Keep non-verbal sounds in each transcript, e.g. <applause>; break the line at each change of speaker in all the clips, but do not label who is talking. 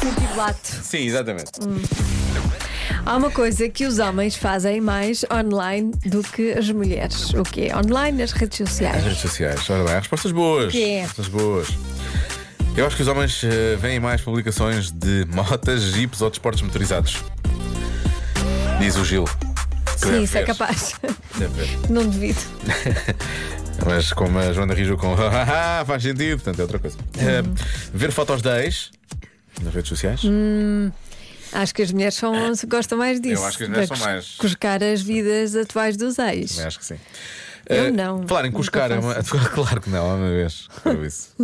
sentido lato.
Sim, exatamente.
Há uma coisa que os homens fazem mais online do que as mulheres. O quê? Online nas redes
As
sociais.
redes sociais, ora bem, há respostas boas.
Que é?
Respostas boas. Eu acho que os homens eh, veem mais publicações de motas, jipes ou desportos motorizados. Diz o Gil. Que
Sim,
deve
isso é
ver,
capaz. <laughs>
deve ver. <laughs>
Não devido.
Mas como a Joana Rijo com <laughs> "Ah, faz sentido, portanto é outra coisa. Eh, ver fotos da ex nas redes sociais.
Hum. Acho que as mulheres são, gostam mais disso.
acho que as mulheres
para
são mais.
Cuscar as vidas atuais dos ex.
Também acho que sim.
Eu
Eh,
não,
Falar em
nunca
cuscar é uma.
faço.
<laughs> Claro que não, há uma vez.
<laughs>
Claro isso.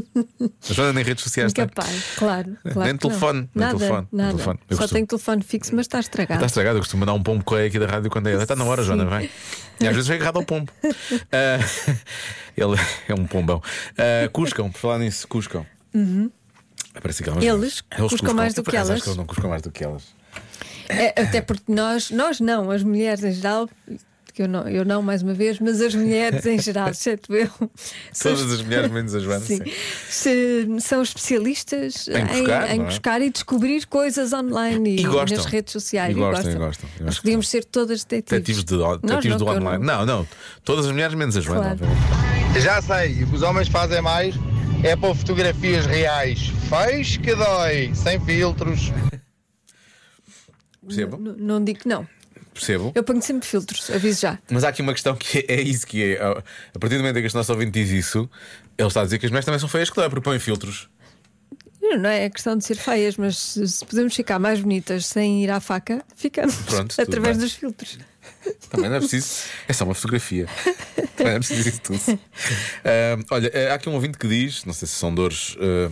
A Joana nem redes sociais tem.
Incapaz, claro. claro
Nem
que não.
telefone, nem
Nada,
telefone, nem
nada.
telefone. Eu
Só
costumo-
tenho telefone fixo, mas está estragado.
Está estragado, eu costumo mandar um pombo correio aqui da rádio quando é. Está na hora, Joana, vai. E às vezes vem agarrado
<laughs>
ao pombo. Ah, <laughs> ele é um pombão. Ah, cuscam, por falar nisso, cuscam. Parece que elas-
Uhum. Eles cuscam mais do
Eu, por
que
acaso,
elas?
acho que eles não cuscam mais do que elas.
É, até porque nós, nós não, as mulheres em geral, que eu não, eu não mais uma vez, mas as mulheres em
<laughs>
geral, exceto eu, são-
Todas as mulheres, menos a Joana,
sim,
sim.
se- são especialistas em,
buscar,
em
não é?
buscar e descobrir coisas online e,
E gostam.
nas redes sociais.
E gostam, e gostam. Eu
Nós
acho que
podíamos ser todas detetives.
Tentativos de,
Nós
tentativos do
não, que eu
online.
não.
Não. não, Todas as mulheres, menos a Joana.
Claro.
obviamente.
Já sei, o que os homens fazem mais é pôr fotografias reais. Fez que dói, sem filtros.
Percebo?
N- não digo que não.
Percebo.
Eu ponho sempre filtros, aviso já.
Mas há aqui uma questão que é, é isso que é. A a partir do momento em que este nosso ouvinte diz isso, ele está a dizer que as mulheres também são feias, que dá, porque põem filtros.
Não é questão de ser feias, mas se se podemos ficar mais bonitas sem ir à faca, ficamos
Pronto,
<laughs>
tudo
através
bem.
dos filtros.
Também não é preciso. É só uma fotografia. Também não é preciso isso tudo. Ah, olha, eh, há aqui um ouvinte que diz, não sei se são dores ah,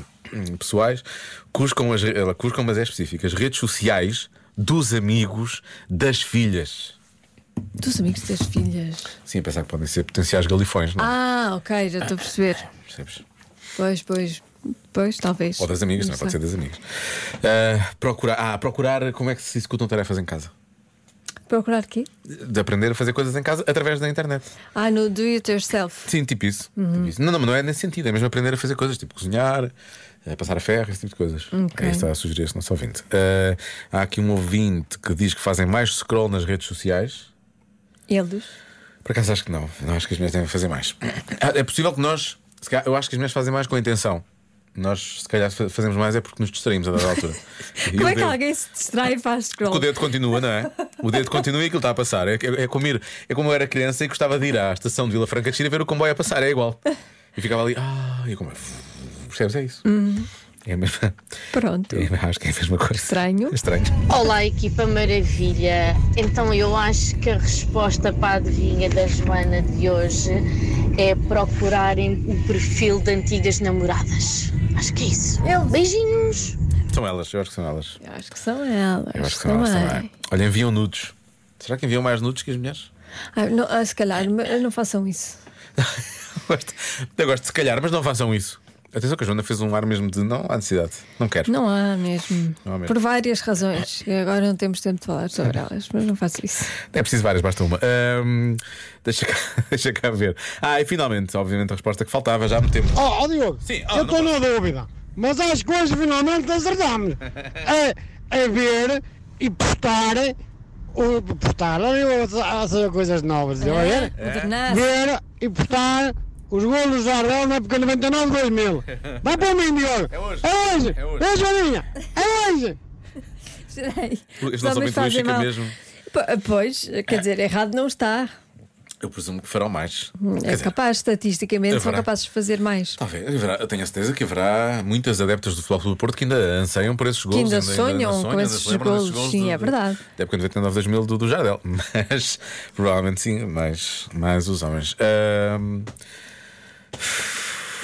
pessoais, cuscam, as, re- ela cuscam, mas é específicas, redes sociais dos amigos das filhas.
Dos amigos das filhas.
Sim, a pensar que podem ser potenciais galifões, não é?
Ah, ok, já estou a perceber.
Percebes?
Pois, pois, pois, talvez.
Ou das amigas, também
Não
pode ser
sei.
das amigas. Ah, procurar, ah, procurar como é que se executam tarefas em casa.
Procurar aqui?
De aprender a fazer coisas em casa através da internet.
Ah, no do it yourself.
Sim, tipo isso.
Uhum.
Tipo isso. Não, não, mas não é nesse sentido, é mesmo aprender a fazer coisas, tipo cozinhar, eh, passar a ferro, esse tipo de coisas.
Ok.
Aí está a sugerir esse nosso ouvinte. Eh, há aqui um ouvinte que diz que fazem mais scroll nas redes sociais.
Eles.
Por acaso acho que não. Não acho que as mulheres devem fazer mais. Ah, É possível que nós, se calhar, eu acho que as mulheres fazem mais com a intenção. Nós, se calhar, fa- fazemos mais é porque nos distraímos a dada altura.
<laughs>
E
Como
o
é que
dedo-
alguém se distrai e faz
porque
scroll?
o dedo continua, não é? O dedo continua e aquilo está a passar. É, é- é como ir, é como eu era criança e gostava de ir à estação de Vila Franca de Xira ver o comboio a passar, é igual. E ficava ali, ah, e como é? Percebes? É isso. É a mesma-
Pronto.
é- acho que é a mesma coisa.
Estranho.
Estranho.
Olá, equipa maravilha! Então, eu acho que a resposta para a adivinha da Joana de hoje é procurarem o perfil de antigas namoradas. Acho que é isso. Beijinhos!
São elas, eu acho que são elas.
Eu acho que são elas.
Eu acho que são elas
não é?
também. Olha, enviam nudes. Será que enviam mais nudes que as mulheres? <laughs>
Ah, não, ah, se calhar, mas não façam isso.
gosto, eu gosto de se calhar, mas não façam isso. Atenção que a Joana fez um ar mesmo de não há necessidade, não quero.
Não há mesmo.
Não há mesmo.
Por várias razões. E agora não temos tempo de falar sobre elas, mas não faço isso.
É preciso várias, basta uma. Ahm, deixa, cá, <laughs> deixa cá ver. Ah, e finalmente, obviamente, a resposta que faltava, já há muito tempo.
Ó ó, Diogo,
Sim, ó,
eu
não
estou na dúvida, mas acho que hoje finalmente acertámos
<laughs>
a, a ver e postar, o, postar, olha eu a a saber coisas novas, eu a ver,
Modernar.
ver e postar os golos do Jardel na
<laughs>
época 99-2000. Vai para mim, Diogo,
É hoje.
é hoje,
É
é
hoje.
hoje, Joaninha, é hoje.
Este
Os
nosso
homens
ouvinte Luís
fazem
fica
mal.
mesmo.
Po- Pois, quer dizer, errado não está.
Eu presumo que farão mais. Quer
É
dizer, é Tá.
capaz, estatisticamente, são
haverá.
capazes de fazer mais.
Talvez, haverá- eu tenho a certeza que haverá muitas adeptas do Futebol Clube do Porto que ainda anseiam por esses gols.
ainda sonham com esses golos, sim, é verdade.
Da época 99 2000 do, do Jardel. <laughs> Mas, provavelmente sim, mais, mais os homens. Ahm,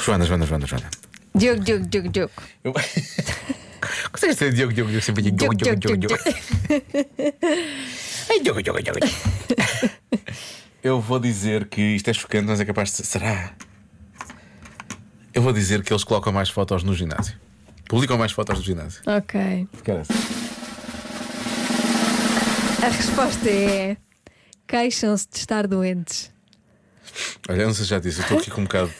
Joana, Joana,
<laughs>
Joana, Joana.
Diogo, Diogo, Diogo, Diogo.
Eu... Consegues dizer Diogo, Diogo, Diogo, sempre digo Diogo, Diogo, Diogo, Diogo. Ai, Diogo, Diogo, Diogo. <laughs> Eu vou dizer que isto é chocante, mas é capaz de. ser- Será? Eu vou dizer que eles colocam mais fotos no ginásio. Publicam mais fotos no ginásio.
Ok.
Esquece.
A resposta é: queixam-se de estar doentes.
Olha, eu não sei se já disse, eu estou aqui com um bocado.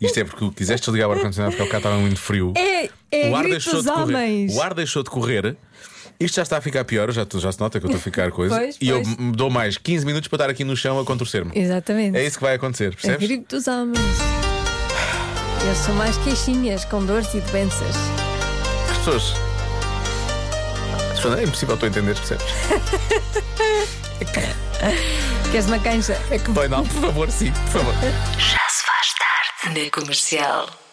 Isto é porque quiseste desligar o ar-condicionado porque o cá estava muito frio.
É, é
o, ar
gritos
deixou de correr,
homens.
o ar deixou de correr. Isto já está a ficar pior, já, já se nota que eu estou a ficar coisa.
Pois,
e eu
pois.
m- dou mais 15 minutos para estar aqui no chão a contorcer-me.
Exatamente.
É isso que vai acontecer,
É
percebes?
gripe dos homens. Eles são mais queixinhas, com dores e doenças.
As pessoas. As pessoas- É impossível tu entender, percebes?
Queres uma canja?
É que dói, não, por favor, sim, por favor.
Já se faz tarde na comercial.